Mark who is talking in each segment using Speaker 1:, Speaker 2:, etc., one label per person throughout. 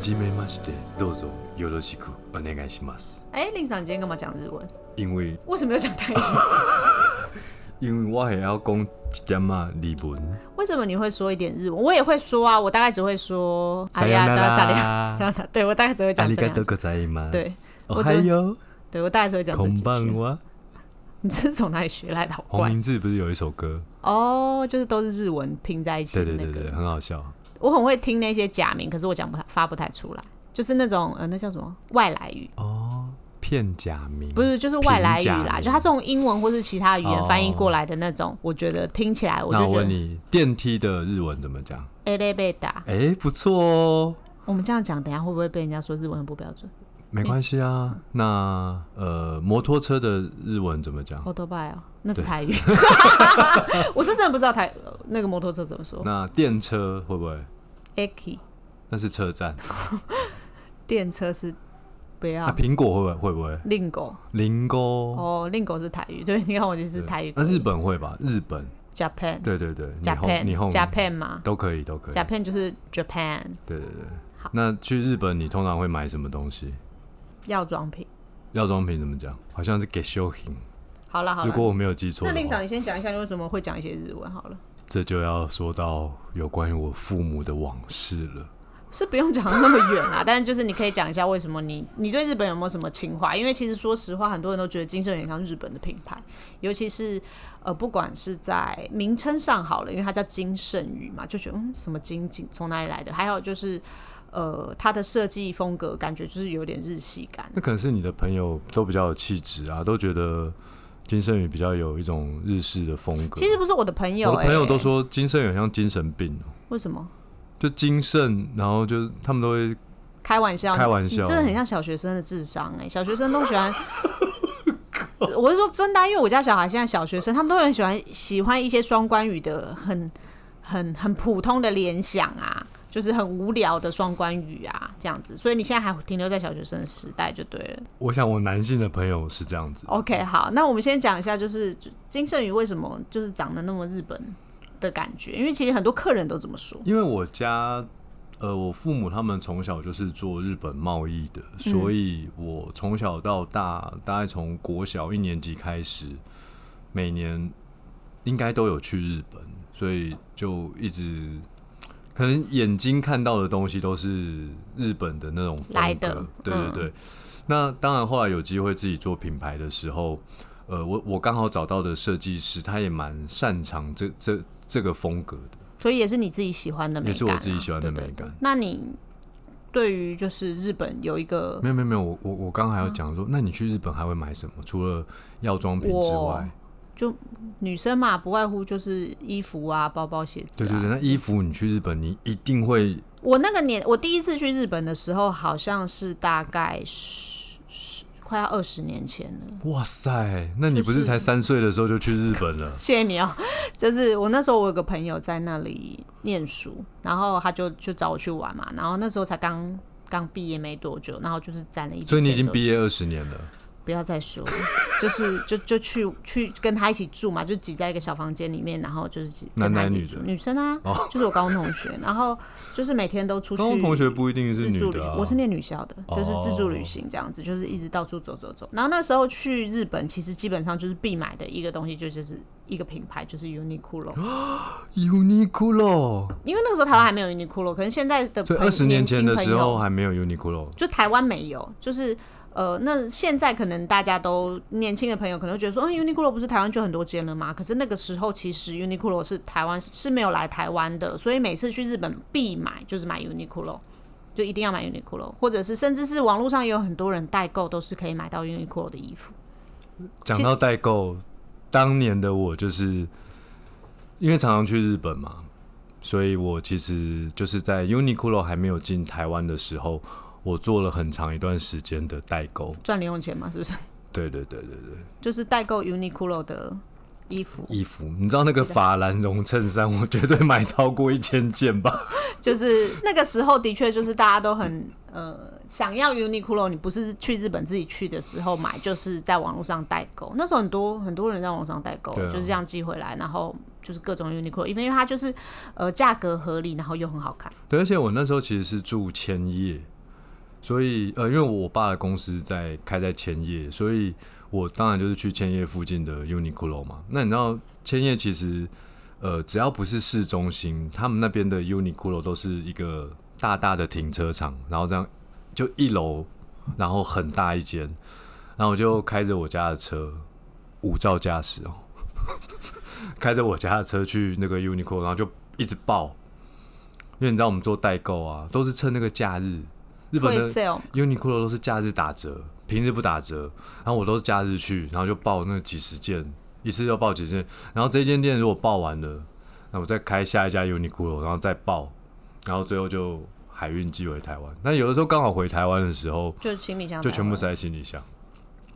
Speaker 1: じめまして，どうぞよろしくお願いします。
Speaker 2: 哎，令赏，你今天干嘛讲日文？
Speaker 1: 因为
Speaker 2: 为什么要讲台语？
Speaker 1: 因为我还要讲一点嘛日文，
Speaker 2: 为什么你会说一点日文？我也会说啊，我大概只会说
Speaker 1: さよなら
Speaker 2: 萨利亚、萨利亚，对我大概只会
Speaker 1: あ
Speaker 2: 讲
Speaker 1: り
Speaker 2: 这
Speaker 1: がとう
Speaker 2: 样。
Speaker 1: ございます。
Speaker 2: 对，
Speaker 1: お
Speaker 2: 我
Speaker 1: は
Speaker 2: 真
Speaker 1: よう，
Speaker 2: 对我大概只会讲
Speaker 1: こ
Speaker 2: 这
Speaker 1: ん
Speaker 2: 几
Speaker 1: ばん
Speaker 2: 句。
Speaker 1: は。
Speaker 2: 你这是从哪里学来的？好
Speaker 1: 黄
Speaker 2: 怪
Speaker 1: 明志不是有一首歌？
Speaker 2: 哦，就是都是日文拼在一起
Speaker 1: 对
Speaker 2: 的
Speaker 1: 对
Speaker 2: 那
Speaker 1: 对对，
Speaker 2: 个。
Speaker 1: 很好笑。
Speaker 2: 我很会听那些假名，可是我讲不太发不太出来，就是那种呃，那叫什么外来语？
Speaker 1: 哦，片假名
Speaker 2: 不是，就是外来语
Speaker 1: 平假
Speaker 2: 啦，
Speaker 1: 名
Speaker 2: 就它是用英文或是其他语言
Speaker 1: 哦
Speaker 2: 翻译过来的那种。我觉得听起来我就
Speaker 1: 那我
Speaker 2: 觉
Speaker 1: 问
Speaker 2: 得
Speaker 1: 你，电梯的日文怎么讲？
Speaker 2: elevator。
Speaker 1: 哎，不错哦，
Speaker 2: 我们这样讲，等一下会不会被人家说日文很不标准？
Speaker 1: 没关系啊。那呃，摩托车的日文怎么讲？
Speaker 2: 摩托拜哦，那是台语。 我是真的不知道台呃那个摩托车怎么说。
Speaker 1: 那电车会不会？
Speaker 2: Aki
Speaker 1: 那是车站。
Speaker 2: 电车是不要
Speaker 1: 啊，苹果会不会？会不会？
Speaker 2: lingo
Speaker 1: 零沟。
Speaker 2: 哦，lingo 是台语。 对，你看我就是
Speaker 1: 对
Speaker 2: 台语。
Speaker 1: 那日本会吧？日本，
Speaker 2: Japan
Speaker 1: 对对对，你后你后面
Speaker 2: Japan Japan 嘛
Speaker 1: 都可以，都可以。
Speaker 2: ，Japan 就是 Japan
Speaker 1: 对对对
Speaker 2: 好。
Speaker 1: 那去日本，你通常会买什么东西？
Speaker 2: 药妆品。
Speaker 1: 药妆品怎么讲？好像是给修行。
Speaker 2: 好了好
Speaker 1: 如果
Speaker 2: 了，
Speaker 1: 我没有记错
Speaker 2: 那
Speaker 1: 的
Speaker 2: 令
Speaker 1: 话
Speaker 2: 赏，，你先讲一下你为什么会讲一些日文好了，
Speaker 1: 这就要说到有关于我父母的往事了。
Speaker 2: 是不用讲得那么远啦， 但是就是你可以讲一下为什么你你对日本有没有什么情怀？因为其实说实话，很多人都觉得金盛有点像日本的品牌，尤其是呃，不管是在名称上好了，因为它叫金盛宇嘛，就觉得嗯，什么金金从哪里来的？还有就是呃，它的设计风格感觉就是有点日系感。
Speaker 1: 那可能是你的朋友都比较有气质啊，都觉得金圣宇比较有一种日式的风格。
Speaker 2: 其实不是我的朋友、欸，
Speaker 1: 我的朋友都说金圣宇很像精神病哦、
Speaker 2: 为什么？
Speaker 1: 就精神，然后就他们都会
Speaker 2: 开玩笑，
Speaker 1: 开玩笑
Speaker 2: 你真的很像小学生的智商哎、小学生都喜欢。 我是说真的啊、因为我家小孩现在小学生，他们都很喜欢喜欢一些双关语的很很很普通的联想啊，就是很无聊的双关语啊，这样子。所以你现在还停留在小学生的时代就对了。
Speaker 1: 我想我男性的朋友是这样子。
Speaker 2: OK，好，那我们先讲一下，就是金圣宇为什么就是长得那么日本的感觉，因为其实很多客人都这么说。
Speaker 1: 因为我家，呃，我父母他们从小就是做日本贸易的，所
Speaker 2: 嗯
Speaker 1: 以我从小到大，大概从国小一年级开始，每年应该都有去日本，所以就一直可能眼睛看到的东西都是日本的那种风格
Speaker 2: 来的嗯
Speaker 1: 对对对。那当然，后来有机会自己做品牌的时候。呃，我我刚好找到的设计师，他也蛮擅长这这这个风格的。
Speaker 2: 所以也是你自己喜欢的美感、啊，
Speaker 1: 也是我自己喜欢的美感
Speaker 2: 对对对那你对于就是日本有一个
Speaker 1: 没有没有没有，我我我刚刚还
Speaker 2: 嗯
Speaker 1: 要讲说，那你去日本还会买什么？除了药妆品之外，
Speaker 2: 女生嘛，不外乎就是衣服啊、包包、鞋子、啊。
Speaker 1: 对对对，那衣服你去日本你一定会
Speaker 2: 我那个年，我第一次去日本的时候，好像是大概十十快要二十年前了。
Speaker 1: 哇塞，那你不是才三岁的时候就去日本了？
Speaker 2: 谢谢你哦。就是我那时候我有个朋友在那里念书，然后他就就找我去玩嘛，然后那时候才刚刚毕业没多久，然后就是攒了一笔钱之
Speaker 1: 所
Speaker 2: 后就，
Speaker 1: 以你已经毕业二十年了，
Speaker 2: 不要再说了，就是就就去去跟他一起住嘛，就挤在一个小房间里面，然后就是挤
Speaker 1: 男
Speaker 2: 跟他一
Speaker 1: 男
Speaker 2: 起
Speaker 1: 女
Speaker 2: 住，
Speaker 1: 的哦
Speaker 2: 女生啊，就是我高中同学，然后就是每天都出去
Speaker 1: 高中同学不一定是
Speaker 2: 自
Speaker 1: 女
Speaker 2: 助旅
Speaker 1: 的、
Speaker 2: 行，
Speaker 1: 啊，
Speaker 2: 我是念女校的，
Speaker 1: 哦
Speaker 2: 就是自助旅行这样子，就是一直到处走走走。然后那时候去日本，其实基本上就是必买的一个东西，就就是一个品牌，就是 Uniqlo，
Speaker 1: Uniqlo，
Speaker 2: 因为那个时候台湾还没有 Uniqlo，可能现在的
Speaker 1: 所以
Speaker 2: 朋
Speaker 1: 二十年
Speaker 2: 轻
Speaker 1: 前的
Speaker 2: 朋
Speaker 1: 时
Speaker 2: 友
Speaker 1: 候还没有 Uniqlo，
Speaker 2: 就台湾没有，就是呃，那现在可能大家都年轻的朋友可能会觉得说，嗯，Uniqlo 不是台湾就很多间了吗？可是那个时候其实 Uniqlo 是台湾是没有来台湾的，所以每次去日本必买就是买 Uniqlo。就一定要买 Uniqlo，或者是甚至是网络上也有很多人代购，都是可以买到 Uniqlo 的衣服。
Speaker 1: 讲到代购，当年的我就是因为常常去日本嘛，所以我其实就是在 Uniqlo 还没有进台湾的时候，我做了很长一段时间的代购。
Speaker 2: 赚零用钱嘛，是不是？
Speaker 1: 对对对对对，
Speaker 2: 就是代购 Uniqlo 的衣服，
Speaker 1: 衣服，你哦知道那个法兰绒衬衫，我绝对买超过一千件吧。
Speaker 2: 就是那个时候的确就是大家都很呃想要 Uniqlo，你不是去日本自己去的时候买，就是在网络上代购。那时候很多很多人在网络上代购，
Speaker 1: 对啊
Speaker 2: 就是这样寄回来，然后就是各种 Uniqlo，因为它就是呃价格合理，然后又很好看。
Speaker 1: 对，而且我那时候其实是住千叶，所以呃，因为我爸的公司在开在千叶，所以我当然就是去千叶附近的 Uniqlo 嘛。那你知道千叶其实呃，只要不是市中心，他们那边的 Uniqlo 都是一个大大的停车场，然后这样就一楼，然后很大一间，然后我就开着我家的车，无照驾驶哦， 开着我家的车去那个 Uniqlo，然后就一直爆，因为你知道我们做代购啊，都是趁那个假日，日本
Speaker 2: 会
Speaker 1: 的
Speaker 2: sale
Speaker 1: Uniqlo 都是假日打折，平日不打折。然后我都是假日去，然后就报那几十件，一次就报几十件。然后这间店如果报完了，那我再开下一家 Uniqlo，然后再报，然后最后就海运寄回台湾。但有的时候刚好回台湾的时候，
Speaker 2: 就是行李箱
Speaker 1: 就
Speaker 2: 带
Speaker 1: 全部
Speaker 2: 回
Speaker 1: 塞在行李箱。
Speaker 2: 来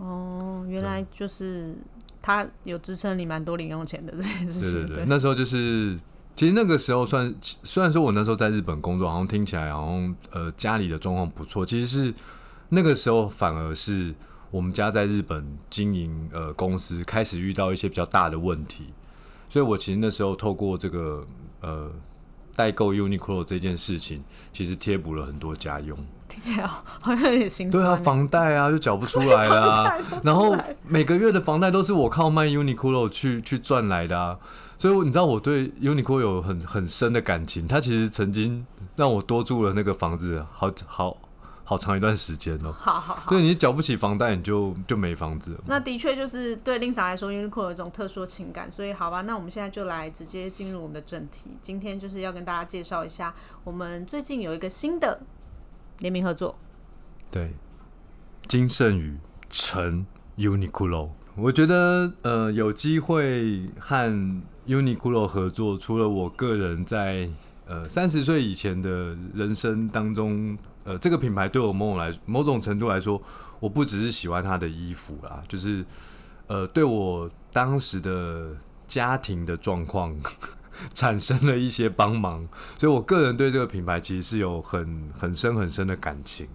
Speaker 2: 哦，原来就是他有支撑你蛮多零用钱的这件事
Speaker 1: 对
Speaker 2: 情，
Speaker 1: 对对，那时候就是，其实那个时候算，虽然说我那时候在日本工作，好像听起来好像呃家里的状况不错，其实是那个时候反而是我们家在日本经营呃公司开始遇到一些比较大的问题，所以我其实那时候透过这个呃代购 Uniqlo 这件事情，其实贴补了很多家用。
Speaker 2: 听起来好像有点心
Speaker 1: 对啊，
Speaker 2: 酸。
Speaker 1: 房贷啊就缴不 出来了、啊
Speaker 2: 房贷都出来，
Speaker 1: 然后每个月的房贷都是我靠卖 Uniqlo 去去赚来的啊，所以我你知道我对 Uniqlo 有很很深的感情，它其实曾经让我多住了那个房子好好好长一段时间哦、
Speaker 2: 好好好
Speaker 1: 所，以你缴不起房贷，你就就没房子了。
Speaker 2: 那的确就是对 Lisa 来说，Uniqlo 有一种特殊的情感，所以好吧，那我们现在就来直接进入我们的正题。今天就是要跟大家介绍一下，我们最近有一个新的联名合作，
Speaker 1: 对，金圣宇成 Uniqlo，我觉得呃有机会和 Uniqlo 合作，除了我个人在呃三十岁以前的人生当中，呃这个品牌对我某种来某种程度来说，我不只是喜欢它的衣服啦，就是呃对我当时的家庭的状况 产生了一些帮忙，所以我个人对这个品牌其实是有很很深很深的感情。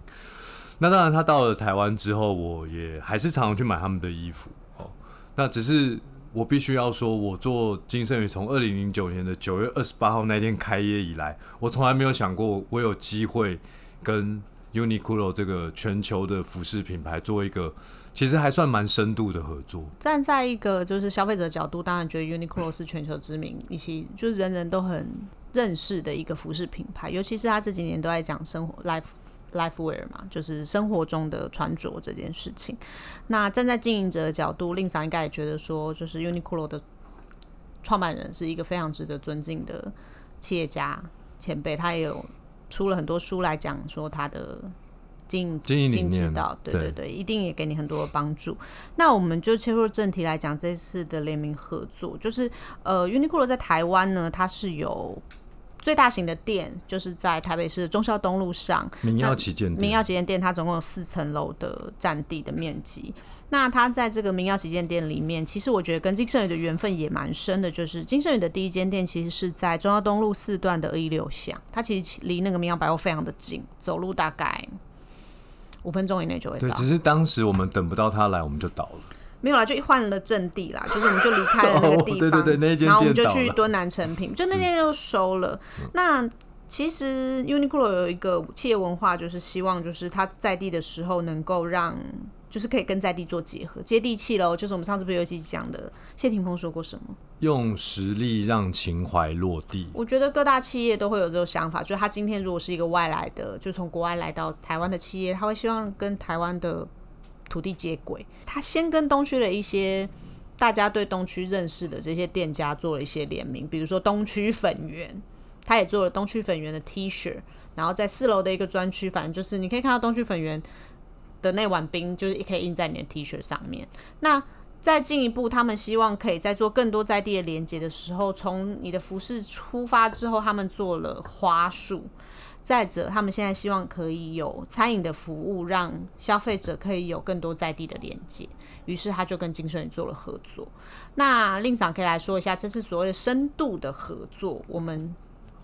Speaker 1: 那当然，他到了台湾之后，我也还是常常去买他们的衣服哦。那只是我必须要说，我做金圣宇从二零零九年的九月二十八号那天开业以来，我从来没有想过我有机会跟 Uniqlo 这个全球的服饰品牌做一个其实还算蛮深度的合作。
Speaker 2: 站在一个就是消费者角度，当然觉得 Uniqlo 是全球知名，以及就是人人都很认识的一个服饰品牌，尤其是他这几年都在讲生活 life。life wear 嘛，就是生活中的穿着这件事情。那站在经营者的角度，令嫂应该也觉得说，就是 Uniqlo 的创办人是一个非常值得尊敬的企业家前辈，他也有出了很多书来讲说他的经营
Speaker 1: 经营理
Speaker 2: 指
Speaker 1: 念
Speaker 2: 导，对
Speaker 1: 对
Speaker 2: 对对，一定也给你很多的帮助。那我们就切入正题来讲这次的联名合作，就是呃，Uniqlo 在台湾呢，它是有最大型的店，就是在台北市的忠孝东路上，
Speaker 1: 民耀旗舰
Speaker 2: 民
Speaker 1: 店，
Speaker 2: 耀旗舰店它总共有四层楼的占地的面积。那它在这个民耀旗舰店里面，其实我觉得跟金圣宇的缘分也蛮深的。就是金圣宇的第一间店其实是在中央东路四段的二一六巷，它其实离那个民耀百货非常的近，走路大概五分钟以内就会
Speaker 1: 对，
Speaker 2: 到。
Speaker 1: 只是当时我们等不到他来，我们就倒了。
Speaker 2: 没有啦，就换了阵 地啦，就是我们就离开了那个地
Speaker 1: 哦对
Speaker 2: 方，
Speaker 1: 对对那一间店
Speaker 2: 然后我们就
Speaker 1: 倒
Speaker 2: 去
Speaker 1: 了嗯
Speaker 2: 敦南成品，就那间就收了。那其实 Uniqlo 有一个企业文化，就是希望就是它在地的时候能够让。就是可以跟在地做结合，接地气喽。就是我们上次不是有一集讲的，谢霆锋说过什么？
Speaker 1: 用实力让情怀落地，
Speaker 2: 我觉得各大企业都会有这种想法，就是他今天如果是一个外来的，就从国外来到台湾的企业，他会希望跟台湾的土地接轨。他先跟东区的一些大家对东区认识的这些店家做了一些联名，比如说东区粉圆，他也做了东区粉圆的 T 恤，然后在四楼的一个专区，反正就是你可以看到东区粉圆的那碗冰，就是可以印在你的 T 恤上面。那再进一步，他们希望可以在做更多在地的连接的时候，从你的服饰出发之后，他们做了花束。再者，他们现在希望可以有餐饮的服务，让消费者可以有更多在地的连接。于是他就跟金顺宇做了合作。那令赏可以来说一下，这次所谓的深度的合作，我们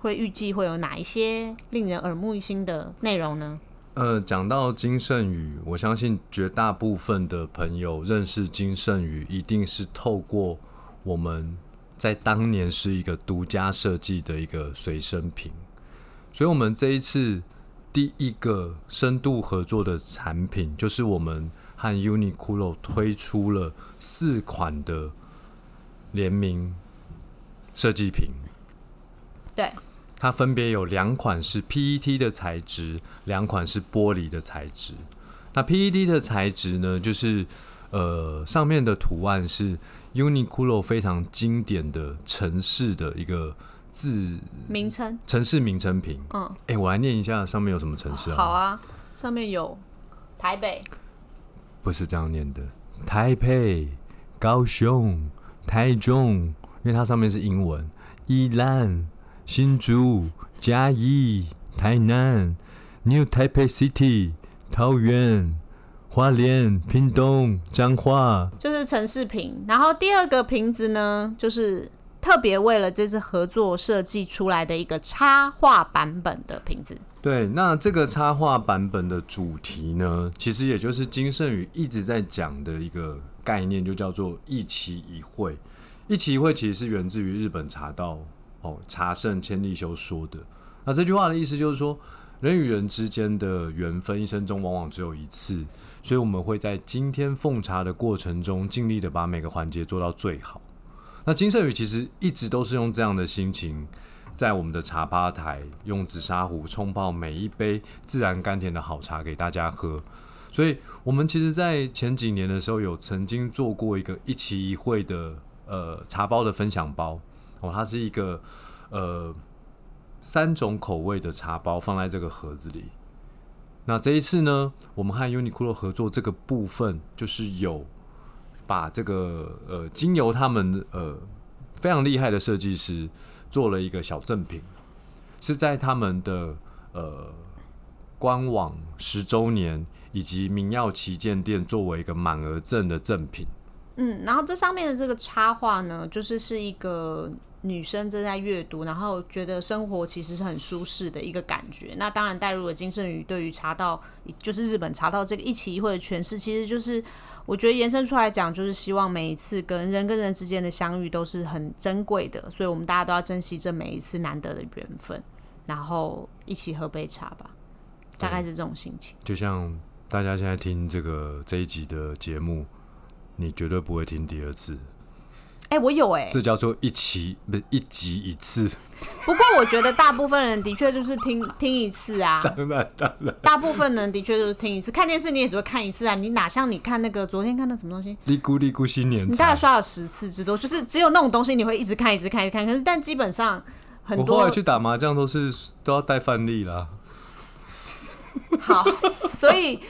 Speaker 2: 会预计会有哪一些令人耳目一新的内容呢？
Speaker 1: 呃，讲到金圣宇，我相信绝大部分的朋友认识金圣宇，一定是透过我们在当年是一个独家设计的一个随身品，所以我们这一次第一个深度合作的产品，就是我们和 Uniqlo 推出了四款的联名设计品，
Speaker 2: 对，
Speaker 1: 它分别有两款是 PET 的材质，两款是玻璃的材质。那 PET 的材质呢，就是呃上面的图案是 Uniqlo 非常经典的城市的一个字
Speaker 2: 名称，
Speaker 1: 城市名称瓶。
Speaker 2: 嗯，
Speaker 1: 哎、我来念一下上面有什么城市啊？
Speaker 2: 好啊，上面有台北，
Speaker 1: 不是这样念的，台北、高雄、台中，因为它上面是英文，宜兰、新竹、嘉义、台南、New Taipei City、桃园、花莲、屏东、彰化，
Speaker 2: 就是城市瓶。然后第二个瓶子呢，就是特别为了这次合作设计出来的一个插画版本的瓶子。
Speaker 1: 对，那这个插画版本的主题呢，其实也就是金圣宇一直在讲的一个概念，就叫做哦一期一会。一期一会其实是源自于日本茶道哦，茶圣千利休说的。那这句话的意思就是说，人与人之间的缘分，一生中往往只有一次，所以我们会在今天奉茶的过程中，尽力的把每个环节做到最好。那金圣宇其实一直都是用这样的心情，在我们的茶吧台用紫砂壶冲泡每一杯自然甘甜的好茶给大家喝。所以，我们其实，在前几年的时候，有曾经做过一个一期一会的呃茶包的分享包哦，它是一个呃三种口味的茶包放在这个盒子里。那这一次呢，我们和 Uniqlo 合作这个部分，就是有把这个呃精油他们呃非常厉害的设计师做了一个小赠品，是在他们的呃官网十周年以及明耀旗舰店作为一个满额赠的赠品。
Speaker 2: 嗯，然后这上面的这个插画呢，就是是一个女生正在阅读，然后觉得生活其实是很舒适的一个感觉。那当然带入了金圣宇对于茶道，就是日本茶道这个一期一会的诠释，其实就是我觉得延伸出来讲，就是希望每一次跟人跟人之间的相遇都是很珍贵的，所以我们大家都要珍惜这每一次难得的缘分，然后一起喝杯茶吧，大概是这种心情。
Speaker 1: 就像大家现在听这个这一集的节目，你绝对不会听第二次，
Speaker 2: 哎、我有哎、
Speaker 1: 这叫做一期不是一集一次。
Speaker 2: 不过我觉得大部分人的确就是听 听一次啊，
Speaker 1: 当然，当 然，
Speaker 2: 大部分人的确就是听一次，看电视你也只会看一次啊，你哪像你看那个昨天看的什么东西，
Speaker 1: 嘀咕嘀咕新年
Speaker 2: 你大概
Speaker 1: 茶。
Speaker 2: 刷了十次之多，就是只有那种东西你会一直看、一直看、一直看。可是但基本上很
Speaker 1: 我后
Speaker 2: 多
Speaker 1: 来去打麻将都是都要带范例啦。
Speaker 2: 好，所以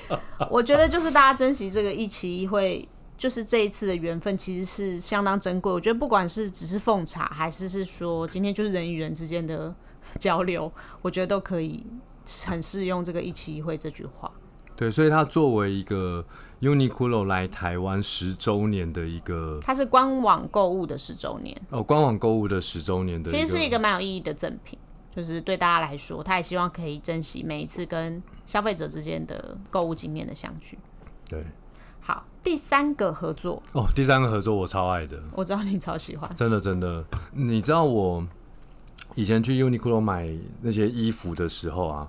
Speaker 2: 我觉得就是大家珍惜这个一期一会。就是这一次的缘分其实是相当珍贵，我觉得不管是只是奉茶，还是是说今天就是人与人之间的交流，我觉得都可以很适用这个一期一会这句话。
Speaker 1: 对，所以它作为一个 Uniqlo 来台湾十周年的一个
Speaker 2: 它是官网购物的十周年，
Speaker 1: 哦官网购物的十周年的，
Speaker 2: 其实是一个蛮有意义的赠品，就是对大家来说，他也希望可以珍惜每一次跟消费者之间的购物经验的相聚。
Speaker 1: 对
Speaker 2: 好，第三个合作，
Speaker 1: 哦第三个合作我超爱的，
Speaker 2: 我知道你超喜欢，
Speaker 1: 真的真的，你知道我以前去 Uniqlo 买那些衣服的时候啊，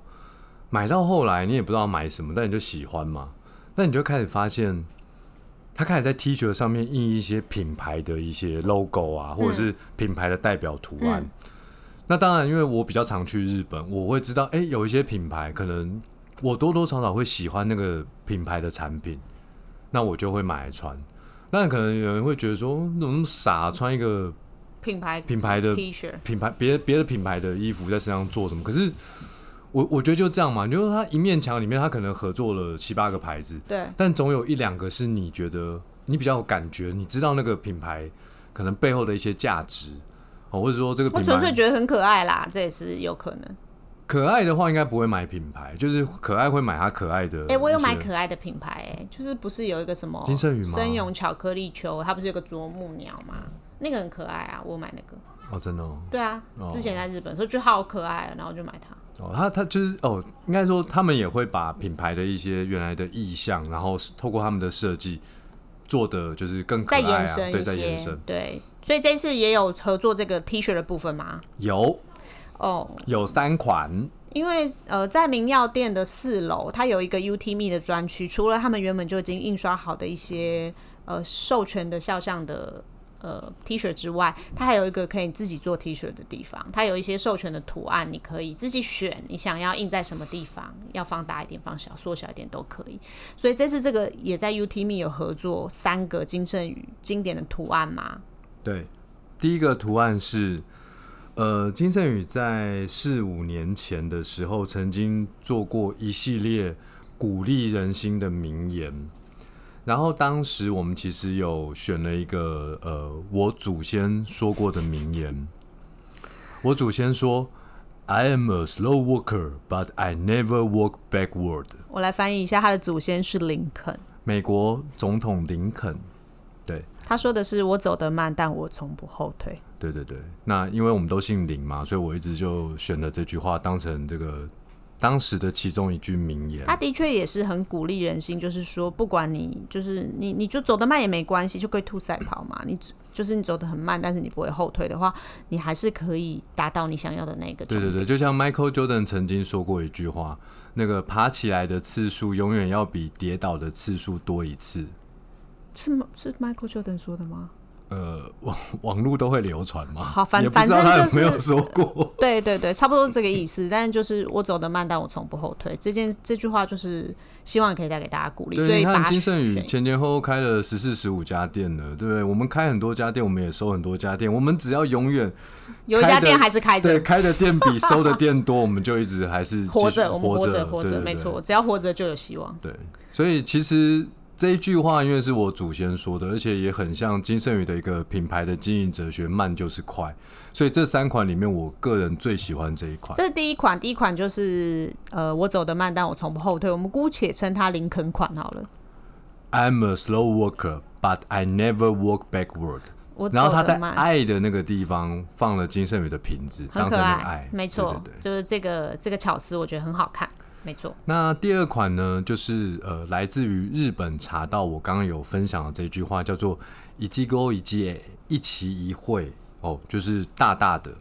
Speaker 1: 买到后来你也不知道买什么，但你就喜欢嘛，那你就开始发现，他开始在 T 恤上面印一些品牌的一些 logo 啊，或者是品牌的代表图案。那当然，因为我比较常去日本，我会知道，哎、有一些品牌可能我多多少少会喜欢那个品牌的产品，那我就会买来穿。那可能有人会觉得说，嗯怎么那么傻，穿一个
Speaker 2: 品牌
Speaker 1: 品牌的
Speaker 2: T 恤，
Speaker 1: 品牌别别的品牌的衣服在身上做什么？可是我我觉得就这样嘛，你就说它一面墙里面，它可能合作了七八个牌子，
Speaker 2: 对，
Speaker 1: 但总有一两个是你觉得你比较有感觉，你知道那个品牌可能背后的一些价值哦，或者说这个
Speaker 2: 我
Speaker 1: 品
Speaker 2: 纯粹
Speaker 1: 牌
Speaker 2: 觉得很可爱啦，这也是有可能。
Speaker 1: 可爱的话，应该不会买品牌，就是可爱会买它可爱的。
Speaker 2: 哎、我有买可爱的品牌、哎，就是不是有一个什么
Speaker 1: 金圣宇吗
Speaker 2: 生永巧克力球，它不是有个啄木鸟吗？那个很可爱啊，我买那个，
Speaker 1: 哦，真的哦，
Speaker 2: 对啊，之前在日本所以觉得好可爱、啊，然后我就买它。
Speaker 1: 哦，他他就是哦，应该说他们也会把品牌的一些原来的意向，然后透过他们的设计做的就是更可
Speaker 2: 再
Speaker 1: 爱啊，
Speaker 2: 延伸一
Speaker 1: 对，
Speaker 2: 些，
Speaker 1: 再延伸
Speaker 2: 对所以这次也有合作这个 T 恤的部分吗？
Speaker 1: 有
Speaker 2: 哦，
Speaker 1: 有三款，
Speaker 2: 因为呃，在明药店的四楼，它有一个 UTME 的专区，除了他们原本就已经印刷好的一些呃授权的肖像的呃 T 恤之外，它还有一个可以自己做 T 恤的地方，它有一些授权的图案，你可以自己选你想要印在什么地方，要放大一点、放小、缩小一点都可以。所以这次这个也在 UTME 有合作三个金圣宇经典的图案嘛，
Speaker 1: 对，第一个图案是，呃，金圣宇在四五年前的时候，曾经做过一系列鼓励人心的名言。然后当时我们其实有选了一个呃，我祖先说过的名言。我祖先说：“I am a slow walker, but I never walk backward。”
Speaker 2: 我来翻译一下，他的祖先是林肯。
Speaker 1: 美国总统林肯，对，
Speaker 2: 他说的是：“我走得慢，但我从不后退。
Speaker 1: 对对对，那因为我们都姓林嘛，所以我一直就选了这句话当成这个当时的其中一句名言。
Speaker 2: 他的确也是很鼓励人心，就是说，不管你就是你，你就走得慢也没关系，就龟兔赛跑嘛。你就是你走得很慢，但是你不会后退的话，你还是可以达到你想要的那个
Speaker 1: 对对
Speaker 2: 终
Speaker 1: 对，就像 Michael Jordan 曾经说过一句话：“那个爬起来的次数永远要比跌倒的次数多一次。
Speaker 2: 是吗？是 Michael Jordan 说的吗？”
Speaker 1: 呃，网网络都会流传嘛，
Speaker 2: 好反
Speaker 1: 也不知道
Speaker 2: 反
Speaker 1: 他
Speaker 2: 正
Speaker 1: 有
Speaker 2: 就是
Speaker 1: 没有说过。
Speaker 2: 对对对，差不多是这个意思。但就是我走得慢，但我从不后退。这件这句话就是希望可以带给大家鼓励，所
Speaker 1: 对，
Speaker 2: 以
Speaker 1: 你
Speaker 2: 把
Speaker 1: 看
Speaker 2: 它
Speaker 1: 金圣宇
Speaker 2: 选
Speaker 1: 前前后后开了十四、十五家店了，对不对？我们开很多家店，我们也收很多家店，我们只要永远
Speaker 2: 有一家
Speaker 1: 开的
Speaker 2: 店还是开着
Speaker 1: 对，开的店比收的店 多，我们就一直还是继续
Speaker 2: 活着，我们
Speaker 1: 活
Speaker 2: 着，
Speaker 1: 着，
Speaker 2: 活
Speaker 1: 对
Speaker 2: 着，
Speaker 1: 对
Speaker 2: 没
Speaker 1: 对
Speaker 2: 错，只要活着就有希望。
Speaker 1: 对，所以其实这一句话因为是我祖先说的，而且也很像金圣宇的一个品牌的经营哲学，慢就是快。所以这三款里面，我个人最喜欢这一款。
Speaker 2: 这是第一款，第一款就是呃，我走得慢，但我从不后退。我们姑且称它林肯款好了。
Speaker 1: I'm a slow walker, but I never walk backward。
Speaker 2: 我
Speaker 1: 然后
Speaker 2: 走
Speaker 1: 他在
Speaker 2: 得慢，
Speaker 1: 爱的那个地方放了金圣宇的瓶子，
Speaker 2: 很
Speaker 1: 当
Speaker 2: 可
Speaker 1: 成那个
Speaker 2: 爱
Speaker 1: 爱，，
Speaker 2: 没错，
Speaker 1: 对对对。
Speaker 2: 就是这个这个巧思，我觉得很好看，没错。
Speaker 1: 那第二款呢，就是呃，来自于日本茶道，我刚刚有分享的这句话叫做“一季沟一季，一期一会”，哦，就是大大的，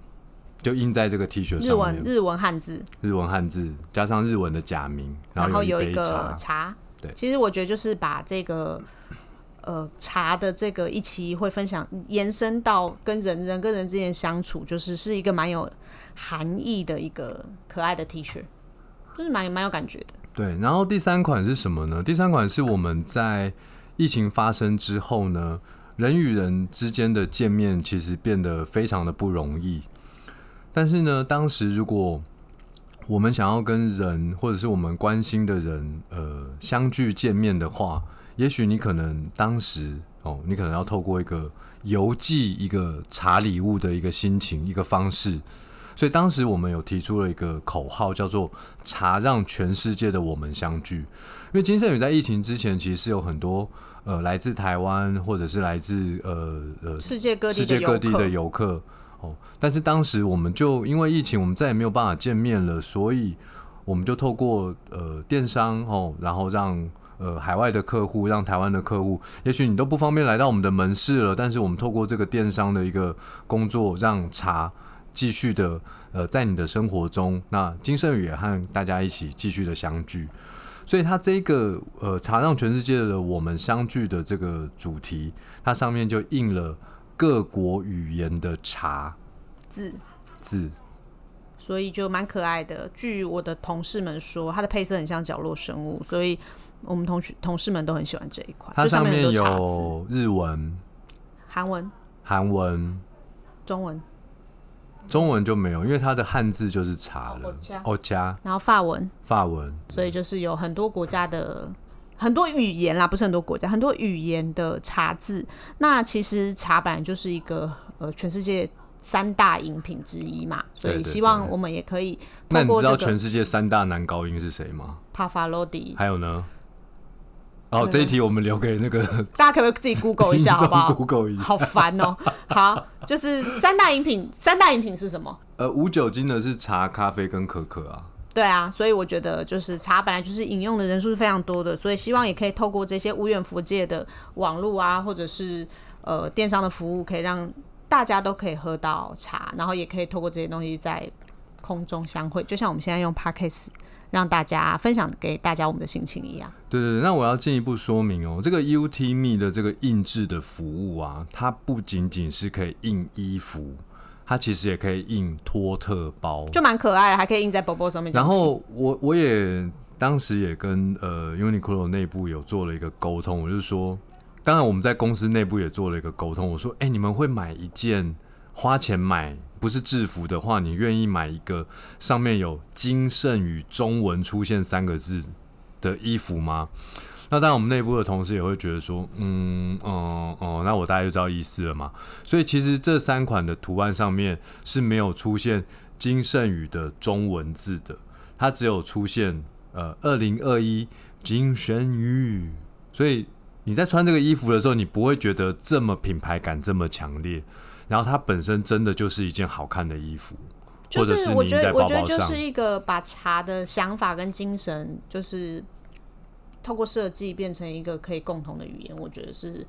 Speaker 1: 就印在这个 T 恤
Speaker 2: 日
Speaker 1: 上
Speaker 2: 文
Speaker 1: 面，
Speaker 2: 日文汉字，
Speaker 1: 日文汉字加上日文的假名，
Speaker 2: 然
Speaker 1: 后
Speaker 2: 后有
Speaker 1: 一杯
Speaker 2: 一个
Speaker 1: 茶，
Speaker 2: 茶。
Speaker 1: 对
Speaker 2: 其实我觉得就是把这个呃茶的这个一期会分享延伸到跟人人跟人之间相处，就是是一个蛮有含义的一个可爱的 T 恤，就是蛮蛮有感觉的。
Speaker 1: 对，然后第三款是什么呢？第三款是我们在疫情发生之后呢，人与人之间的见面其实变得非常的不容易。但是呢，当时如果我们想要跟人或者是我们关心的人呃相聚见面的话，也许你可能当时哦，你可能要透过一个邮寄一个查礼物的一个心情一个方式。所以当时我们有提出了一个口号，叫做“茶让全世界的我们相聚”。因为金圣宇在疫情之前，其实是有很多呃来自台湾或者是来自呃呃
Speaker 2: 世界各地
Speaker 1: 世
Speaker 2: 的
Speaker 1: 界
Speaker 2: 游
Speaker 1: 各地的
Speaker 2: 客，
Speaker 1: 游客哦。但是当时我们就因为疫情，我们再也没有办法见面了，所以我们就透过呃电商哦，然后让呃海外的客户，让台湾的客户，也许你都不方便来到我们的门市了，但是我们透过这个电商的一个工作，让茶继续的呃在你的生活中，那金圣宇也和大家一起继续的相聚。所以它这个呃茶让全世界的我们相聚的这个主题，它上面就印了各国语言的茶
Speaker 2: 字
Speaker 1: 字，
Speaker 2: 所以就蛮可爱的。据我的同事们说，它的配色很像角落生物，所以我们同学同事们都很喜欢这一款。
Speaker 1: 它
Speaker 2: 就上
Speaker 1: 面
Speaker 2: 很多茶字
Speaker 1: 有日文、
Speaker 2: 韩文、
Speaker 1: 韩文、
Speaker 2: 中文，
Speaker 1: 中文就没有，因为它的汉字就是茶了
Speaker 2: 哦。
Speaker 1: 哦加
Speaker 2: 然后法文，
Speaker 1: 法文，
Speaker 2: 所以就是有很多国家的很多语言啦，不是很多国家，很多语言的茶字。那其实茶本来就是一个呃全世界三大饮品之一嘛，所以
Speaker 1: 对对
Speaker 2: 希望我们也可以
Speaker 1: 那
Speaker 2: 透
Speaker 1: 你
Speaker 2: 过
Speaker 1: 知道
Speaker 2: 这个
Speaker 1: 全世界三大男高音是谁吗？
Speaker 2: 帕法罗迪，
Speaker 1: 还有呢？哦，这一题我们留给那个
Speaker 2: 大家可不可以自己 Google 一
Speaker 1: 听
Speaker 2: 下，好不
Speaker 1: 众
Speaker 2: 好？
Speaker 1: Google 一下。
Speaker 2: 好烦哦、好，就是三大饮品，三大饮品是什么？
Speaker 1: 呃，无酒精的是茶、咖啡跟可可啊。
Speaker 2: 对啊，所以我觉得就是茶本来就是饮用的人数是非常多的，所以希望也可以透过这些无远佛界的网络啊，或者是呃电商的服务，可以让大家都可以喝到茶，然后也可以透过这些东西在空中相会，就像我们现在用 Podcast 让大家分享给大家我们的心情一样。
Speaker 1: 对对对，那我要进一步说明哦，这个 UT Me 的这个印制的服务啊，它不仅仅是可以印衣服，它其实也可以印托特包。
Speaker 2: 就蛮可爱的，还可以印在包包上面。
Speaker 1: 然后我我也当时也跟呃 Uniqlo 内部有做了一个沟通，我就说，当然我们在公司内部也做了一个沟通，我说，哎、你们会买一件花钱买不是制服的话，你愿意买一个上面有金盛宇中文出现三个字的衣服吗？那当然，我们内部的同事也会觉得说，嗯，哦、哦、那我大概就知道意思了嘛。所以其实这三款的图案上面是没有出现金圣宇的中文字的，它只有出现呃二零二一金圣宇，所以你在穿这个衣服的时候，你不会觉得这么品牌感这么强烈。然后它本身真的就是一件好看的衣服，
Speaker 2: 就
Speaker 1: 或者
Speaker 2: 是
Speaker 1: 是
Speaker 2: 我
Speaker 1: 你
Speaker 2: 觉
Speaker 1: 在
Speaker 2: 得，我
Speaker 1: 包
Speaker 2: 觉得
Speaker 1: 包
Speaker 2: 就
Speaker 1: 上，
Speaker 2: 是一个把茶的想法跟精神，就是透过设计变成一个可以共同的语言，我觉得是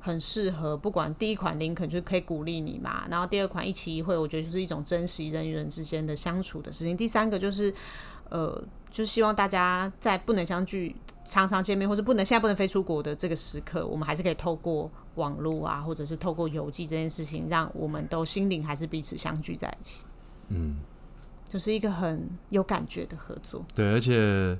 Speaker 2: 很适合。不管第一款林肯就可以鼓励你嘛，然后第二款一期一会，我觉得就是一种珍惜人与人之间的相处的事情。第三个就是呃，就希望大家在不能相聚、常常见面，或者不能现在不能飞出国的这个时刻，我们还是可以透过网络啊，或者是透过邮寄这件事情，让我们都心灵还是彼此相聚在一起。
Speaker 1: 嗯。
Speaker 2: 就是一个很有感觉的合作。
Speaker 1: 对，而且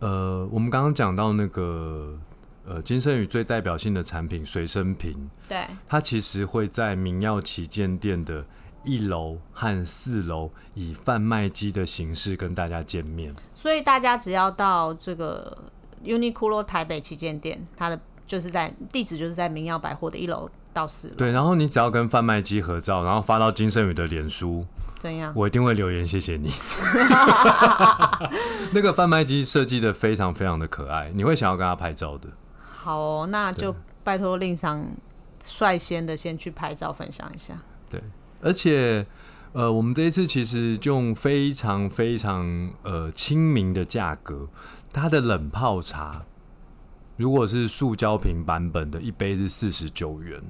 Speaker 1: 呃，我们刚刚讲到那个呃，金圣宇最代表性的产品随身瓶，
Speaker 2: 对，
Speaker 1: 它其实会在明耀旗舰店的一楼和四楼以贩卖机的形式跟大家见面。
Speaker 2: 所以大家只要到这个 Uniqlo 台北旗舰店，它的就是在地址就是在明耀百货的一楼到四楼，
Speaker 1: 对，然后你只要跟贩卖机合照，然后发到金圣宇的脸书，
Speaker 2: 怎样？
Speaker 1: 我一定会留言谢谢你。那个贩卖机设计的非常非常的可爱，你会想要跟他拍照的。
Speaker 2: 好哦、那就拜托令赏率先的先去拍照分享一下。
Speaker 1: 而且，呃，我们这一次其实用非常非常呃亲民的价格，它的冷泡茶，如果是塑胶瓶版本的，一杯是四十九元，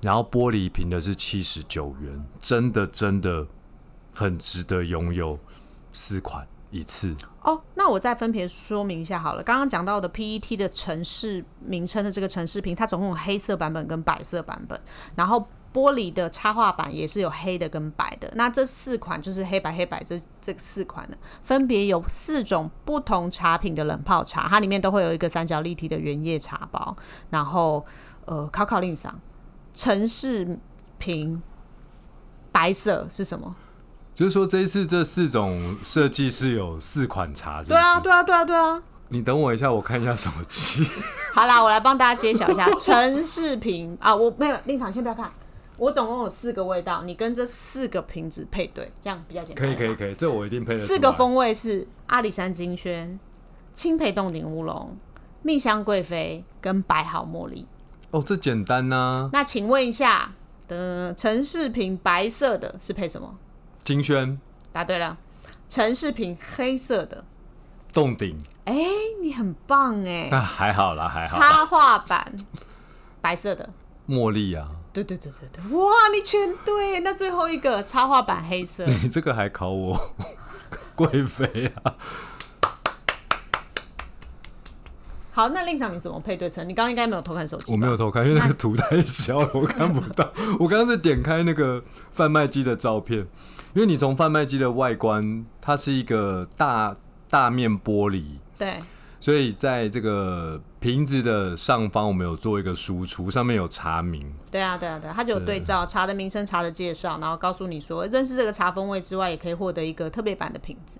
Speaker 1: 然后玻璃瓶的是七十九元，真的真的很值得拥有四款一次。
Speaker 2: 哦，那我再分别说明一下好了。刚刚讲到的 PET 的城市名称的这个城市屏，它总共有黑色版本跟白色版本，然后玻璃的插画版也是有黑的跟白的。那这四款就是黑白黑白这这四款呢，分别有四种不同茶品的冷泡茶，它里面都会有一个三角立体的原叶茶包，然后呃，考考令赏城市屏白色是什么？
Speaker 1: 就是说，这一次这四种设计是有四款茶，是不
Speaker 2: 对
Speaker 1: 是？
Speaker 2: 啊，对啊，对啊，对啊。
Speaker 1: 你等我一下，我看一下手机。
Speaker 2: 好啦，我来帮大家揭晓一下 陈世平啊，我没有立场，先不要看。我总共有四个味道，你跟这四个瓶子配对，这样比较简单。
Speaker 1: 可以，可以，。可以，这我一定配得出来。
Speaker 2: 四个风味是阿里山金萱、青培冻顶乌龙、蜜香贵妃跟白毫茉莉。
Speaker 1: 哦，这简单呐、
Speaker 2: 那请问一下，的陈世平白色的是配什么？
Speaker 1: 金萱
Speaker 2: 答对了。陈世平黑色的，
Speaker 1: 洞顶，
Speaker 2: 哎、你很棒哎、
Speaker 1: 那、还好啦，还好。
Speaker 2: 插画版白色的。
Speaker 1: 茉莉啊，
Speaker 2: 对对对对对，哇，你全对。那最后一个插画版黑色，
Speaker 1: 你这个还考我 贵妃啊？
Speaker 2: 好，那令赏你怎么配对成？你刚刚应该没有偷看手机，
Speaker 1: 我没有。偷看，因为那个图太小了，我看不到。 我刚刚在点开那个贩卖机的照片，因为你从贩卖机的外观，它是一个大大面玻璃，
Speaker 2: 对，
Speaker 1: 所以在这个瓶子的上方，我们有做一个输出，上面有茶名。
Speaker 2: 对啊，对啊，对啊，它就有对照茶的名称、茶的介绍，然后告诉你说，哎认识这个茶风味之外，也可以获得一个特别版的瓶子。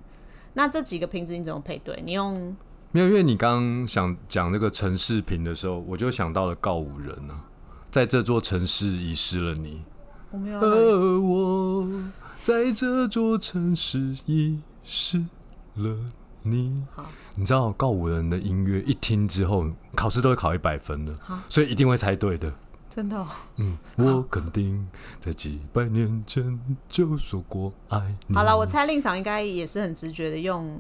Speaker 2: 那这几个瓶子你怎么配对？你用
Speaker 1: 没有，因为你刚刚想讲这个城市瓶的时候，我就想到了告五人啊，在这座城市遗失了你。
Speaker 2: 我没有要让你
Speaker 1: 而我在这座城市遗失了你
Speaker 2: 好。
Speaker 1: 你知道告五人的音乐一听之后，考试都会考一百分的
Speaker 2: 好，
Speaker 1: 所以一定会猜对的。
Speaker 2: 真的哦、
Speaker 1: 嗯，我肯定在几百年前就说过爱你。
Speaker 2: 好了，我猜令赏应该也是很直觉的用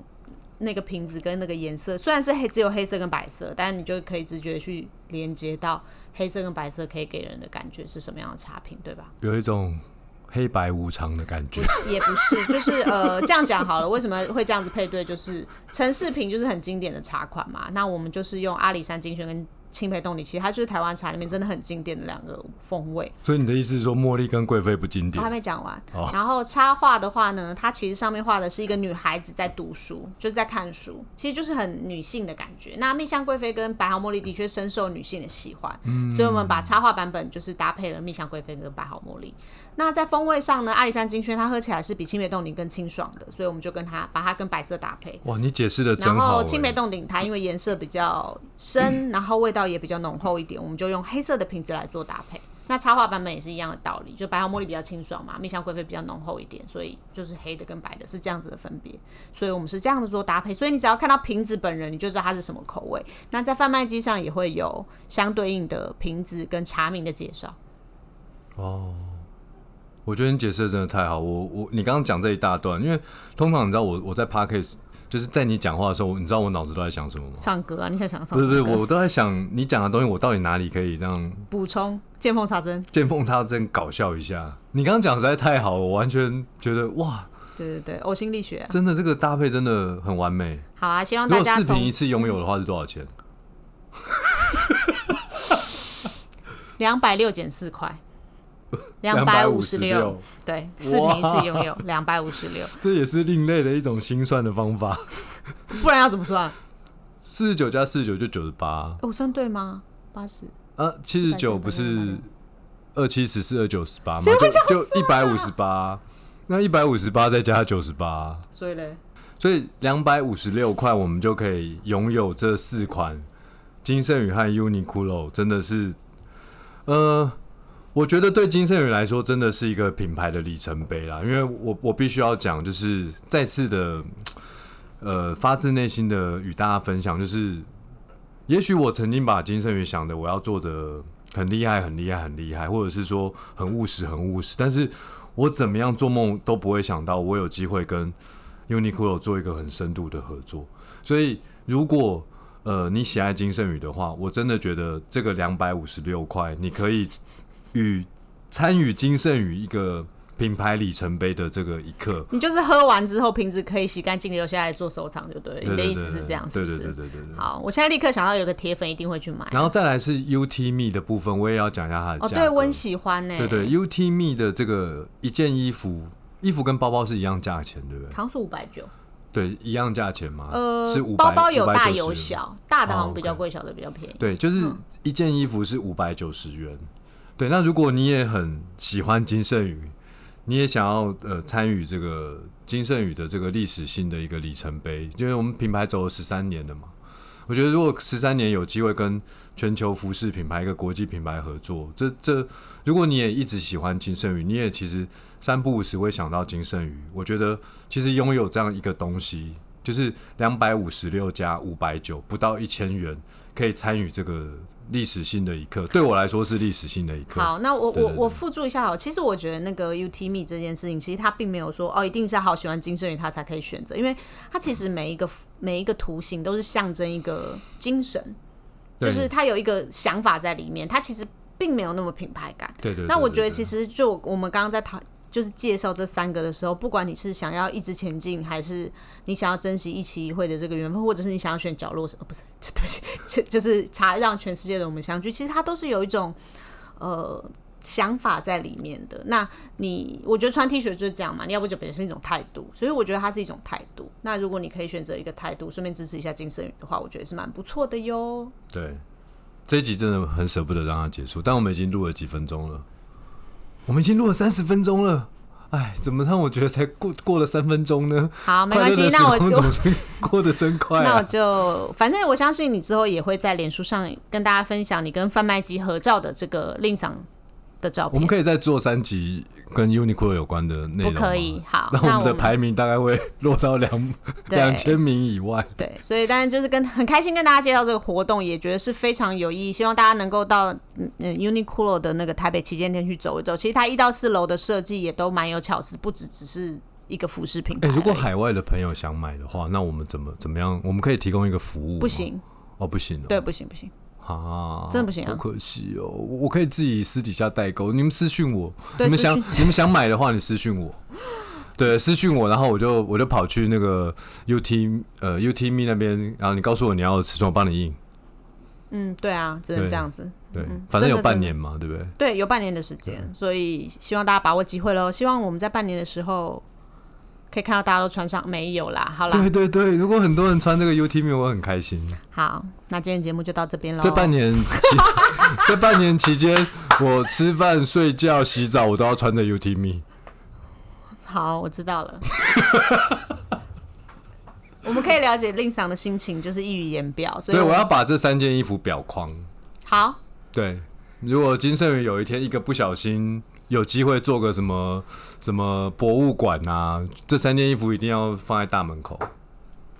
Speaker 2: 那个瓶子跟那个颜色，虽然是黑只有黑色跟白色，但你就可以直觉地去连接到黑色跟白色可以给人的感觉是什么样的茶品，对吧？
Speaker 1: 有一种黑白无常的感觉
Speaker 2: 不。是，也不是，就是呃，这样讲好了。为什么会这样子配对？就是陈世平就是很经典的茶款嘛。那我们就是用阿里山精选跟青培冻里，其实它就是台湾茶里面真的很经典的两个风味。
Speaker 1: 所以你的意思是说，茉莉跟贵妃不经
Speaker 2: 我还
Speaker 1: 典？
Speaker 2: 没讲完。
Speaker 1: 哦
Speaker 2: 然后插画的话呢，它其实上面画的是一个女孩子在读书，就是在看书，其实就是很女性的感觉。那蜜香贵妃跟白毫茉莉的确深受女性的喜欢，所以我们把插画版本就是搭配了蜜香贵妃跟白毫茉莉。那在风味上呢，阿里山金萱它喝起来是比青梅冻顶更清爽的，所以我们就跟它把它跟白色搭配。
Speaker 1: 哇，你解释的真
Speaker 2: 然
Speaker 1: 好、嗯
Speaker 2: 后青梅
Speaker 1: 欸。
Speaker 2: 冻顶它因为颜色比较深，然后味道也比较浓厚一点，我们就用黑色的瓶子来做搭配。那插画版本也是一样的道理，就白毫茉莉比较清爽嘛，蜜香贵妃比较浓厚一点，所以就是黑的跟白的是这样子的分别。所以我们是这样子做搭配，所以你只要看到瓶子本人，你就知道它是什么口味。那在贩卖机上也会有相对应的瓶子跟茶名的介绍。
Speaker 1: 我觉得你解释的真的太好。我我你刚刚讲这一大段，因为通常你知道我我在 podcast 就是在你讲话的时候，你知道我脑子都在想什么吗？
Speaker 2: 唱歌啊，你想想唱
Speaker 1: 不
Speaker 2: 什
Speaker 1: 是不
Speaker 2: 么
Speaker 1: 是，
Speaker 2: 歌？
Speaker 1: 我都在想你讲的东西，我到底哪里可以这样
Speaker 2: 补充见缝插针。
Speaker 1: 见缝插针搞笑一下？你刚刚讲得实在太好了，我完全觉得哇，
Speaker 2: 对对对，呕心沥血啊、
Speaker 1: 真的这个搭配真的很完美。
Speaker 2: 好啊，希望
Speaker 1: 如
Speaker 2: 大
Speaker 1: 果
Speaker 2: 家
Speaker 1: 四瓶
Speaker 2: 从
Speaker 1: 一次拥有的话是多少钱？
Speaker 2: 两百六减 四块，两百五十
Speaker 1: 256
Speaker 2: 六，对，四瓶一次拥有两百五十六，
Speaker 1: 这也是另类的一种心算的方法。
Speaker 2: 不然要怎么算？
Speaker 1: 四十九加四十九就九十八，
Speaker 2: 哦我算对吗？八十，
Speaker 1: 呃，七十九不是二七十四二九十八吗？
Speaker 2: 谁会这样啊
Speaker 1: 就就一百五十八，那一百五十八再加九十八，
Speaker 2: 所以嘞，
Speaker 1: 所以两百五十六块我们就可以拥有这四款金圣宇和 Uniqlo，真的是，呃。我觉得对金圣宇来说，真的是一个品牌的里程碑啦。因为我我必须要讲，就是再次的，呃，发自内心的与大家分享，就是也许我曾经把金圣宇想的我要做的很厉害、很厉害、很厉害，或者是说很务实、很务实，但是我怎么样做梦都不会想到，我有机会跟 Uniqlo 做一个很深度的合作。所以，如果呃你喜爱金圣宇的话，我真的觉得这个两百五十六块，你可以与参与金圣宇一个品牌里程碑的这个一刻。
Speaker 2: 你就是喝完之后瓶子可以洗干净留下来做收藏就对了。你的意思是这样，
Speaker 1: 对
Speaker 2: 是不
Speaker 1: 对对
Speaker 2: 是？
Speaker 1: 对对对。
Speaker 2: 好，我现在立刻想到有个铁粉一定会去买。
Speaker 1: 然后再来是 UT Me 的部分，我也要讲一下它的
Speaker 2: 哦，
Speaker 1: 价格。
Speaker 2: 对，我很喜欢呢、
Speaker 1: 对对，UT Me 的这个一件衣服，衣服跟包包是一样价钱，对不对？
Speaker 2: 好像是五百九，
Speaker 1: 对，一样价钱嘛。
Speaker 2: 呃
Speaker 1: 是五，
Speaker 2: 包包有大有。小，大的好像比较
Speaker 1: 哦，OK
Speaker 2: 贵，小的比较便宜。
Speaker 1: 对，就是一件衣服是五百九十元。对，那如果你也很喜欢金圣宇，你也想要呃参与这个金圣宇的这个历史性的一个里程碑，因为我们品牌走了十三年了嘛。我觉得如果十三年有机会跟全球服饰品牌一个国际品牌合作，这这如果你也一直喜欢金圣宇，你也其实三不五时会想到金圣宇。我觉得其实拥有这样一个东西，就是两百五十六加五百九，不到一千元，可以参与这个历史性的一刻，对我来说是历史性的一刻。
Speaker 2: 好，那我
Speaker 1: 对对
Speaker 2: 我
Speaker 1: 对
Speaker 2: 我附注一下好了，其实我觉得那个 UT Me 这件事情，其实他并没有说哦，一定是好喜欢金圣宇他才可以选择，因为他其实每一个每一个图形都是象征一个精神，就
Speaker 1: 对
Speaker 2: 是他有一个想法在里面，他其实并没有那么品牌感。
Speaker 1: 对对对
Speaker 2: 那我
Speaker 1: 对
Speaker 2: 觉得
Speaker 1: 对
Speaker 2: 其实就我们刚刚在讨。就是介绍这三个的时候，不管你是想要一直前进，还是你想要珍惜一期一会的这个缘分，或者是你想要选角落，呃，不是， 对不起，就就是茶让全世界的我们相聚，其实它都是有一种呃想法在里面的。那你我觉得穿 T 恤就是这样嘛，你要不就本身是一种态度，所以我觉得它是一种态度。那如果你可以选择一个态度，顺便支持一下金圣宇的话，我觉得是蛮不错的哟。
Speaker 1: 对，这一集真的很舍不得让它结束，但我们已经录了几分钟了，我们已经录了三十分钟了。哎，怎么让我觉得才过过了三分钟呢？
Speaker 2: 好，哦没
Speaker 1: 快
Speaker 2: 关
Speaker 1: 乐
Speaker 2: 系
Speaker 1: 的，时
Speaker 2: 那我
Speaker 1: 光
Speaker 2: 就
Speaker 1: 总是过得真快
Speaker 2: 那我
Speaker 1: 啊！
Speaker 2: 就反正我相信你之后也会在脸书上跟大家分享你跟贩卖机合照的这个令赏的照
Speaker 1: 我
Speaker 2: 片
Speaker 1: 们。可以再做三集跟 Uniqlo 有关的内容
Speaker 2: 不
Speaker 1: 吗，
Speaker 2: 可以，好，
Speaker 1: 那
Speaker 2: 那
Speaker 1: 我们的排名大概会落到两
Speaker 2: 对
Speaker 1: 两千名以外。
Speaker 2: 对，所以当然就是跟很开心跟大家介绍这个活动，也觉得是非常有意义。希望大家能够到嗯嗯 Uniqlo 的那个台北旗舰店去走一走。其实它一到四楼的设计也都蛮有巧思，不只只是一个服饰品牌
Speaker 1: 哎、
Speaker 2: 而已。
Speaker 1: 如果海外的朋友想买的话，那我们怎么怎么样？我们可以提供一个服务吗？
Speaker 2: 不行，
Speaker 1: 哦，不行、哦。
Speaker 2: 对，不行不行。
Speaker 1: 啊，
Speaker 2: 真的不行啊
Speaker 1: 好可惜哦，我我可以自己私底下代购，你们私讯我，
Speaker 2: 对
Speaker 1: 你们
Speaker 2: 私
Speaker 1: 想
Speaker 2: 讯
Speaker 1: 你们想买的话，你私讯我。对，私讯我，然后我就我就跑去那个 UT 呃 UTMe 那边，然后你告诉我你要的尺寸，我帮你印。
Speaker 2: 嗯，对啊，只能
Speaker 1: 对
Speaker 2: 这样子。
Speaker 1: 对，
Speaker 2: 嗯
Speaker 1: 反正有
Speaker 2: 真的
Speaker 1: 半年嘛，对不对？
Speaker 2: 对，有半年的时
Speaker 1: 嗯
Speaker 2: 间，所以希望大家把握机会喽。希望我们在半年的时候可以看到大家都穿上，没有啦，好啦
Speaker 1: 对，对对，如果很多人穿这个 UTMe，我会很开心。
Speaker 2: 好，那今天节目就到这边喽。
Speaker 1: 这半年 期，这半年期间，我吃饭、睡觉、洗澡，我都要穿着 UTMe。
Speaker 2: 好，我知道了。 我们可以了解令赏的心情，就是溢于言表，所以
Speaker 1: 对，我要把这三件衣服裱框。
Speaker 2: 好
Speaker 1: 对，如果金圣宇有一天一个不小心有机会做个什么什么博物馆啊，这三件衣服一定要放在大门口。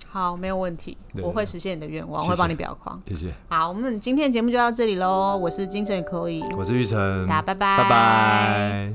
Speaker 2: 好没有问题，
Speaker 1: 对
Speaker 2: 我会实现你的愿望，我
Speaker 1: 谢谢
Speaker 2: 会帮你裱框。
Speaker 1: 谢谢，
Speaker 2: 好，我们今天的节目就到这里喽。我是精神 Chloe，
Speaker 1: 嗯我是玉成，
Speaker 2: 大家拜拜，
Speaker 1: 拜拜。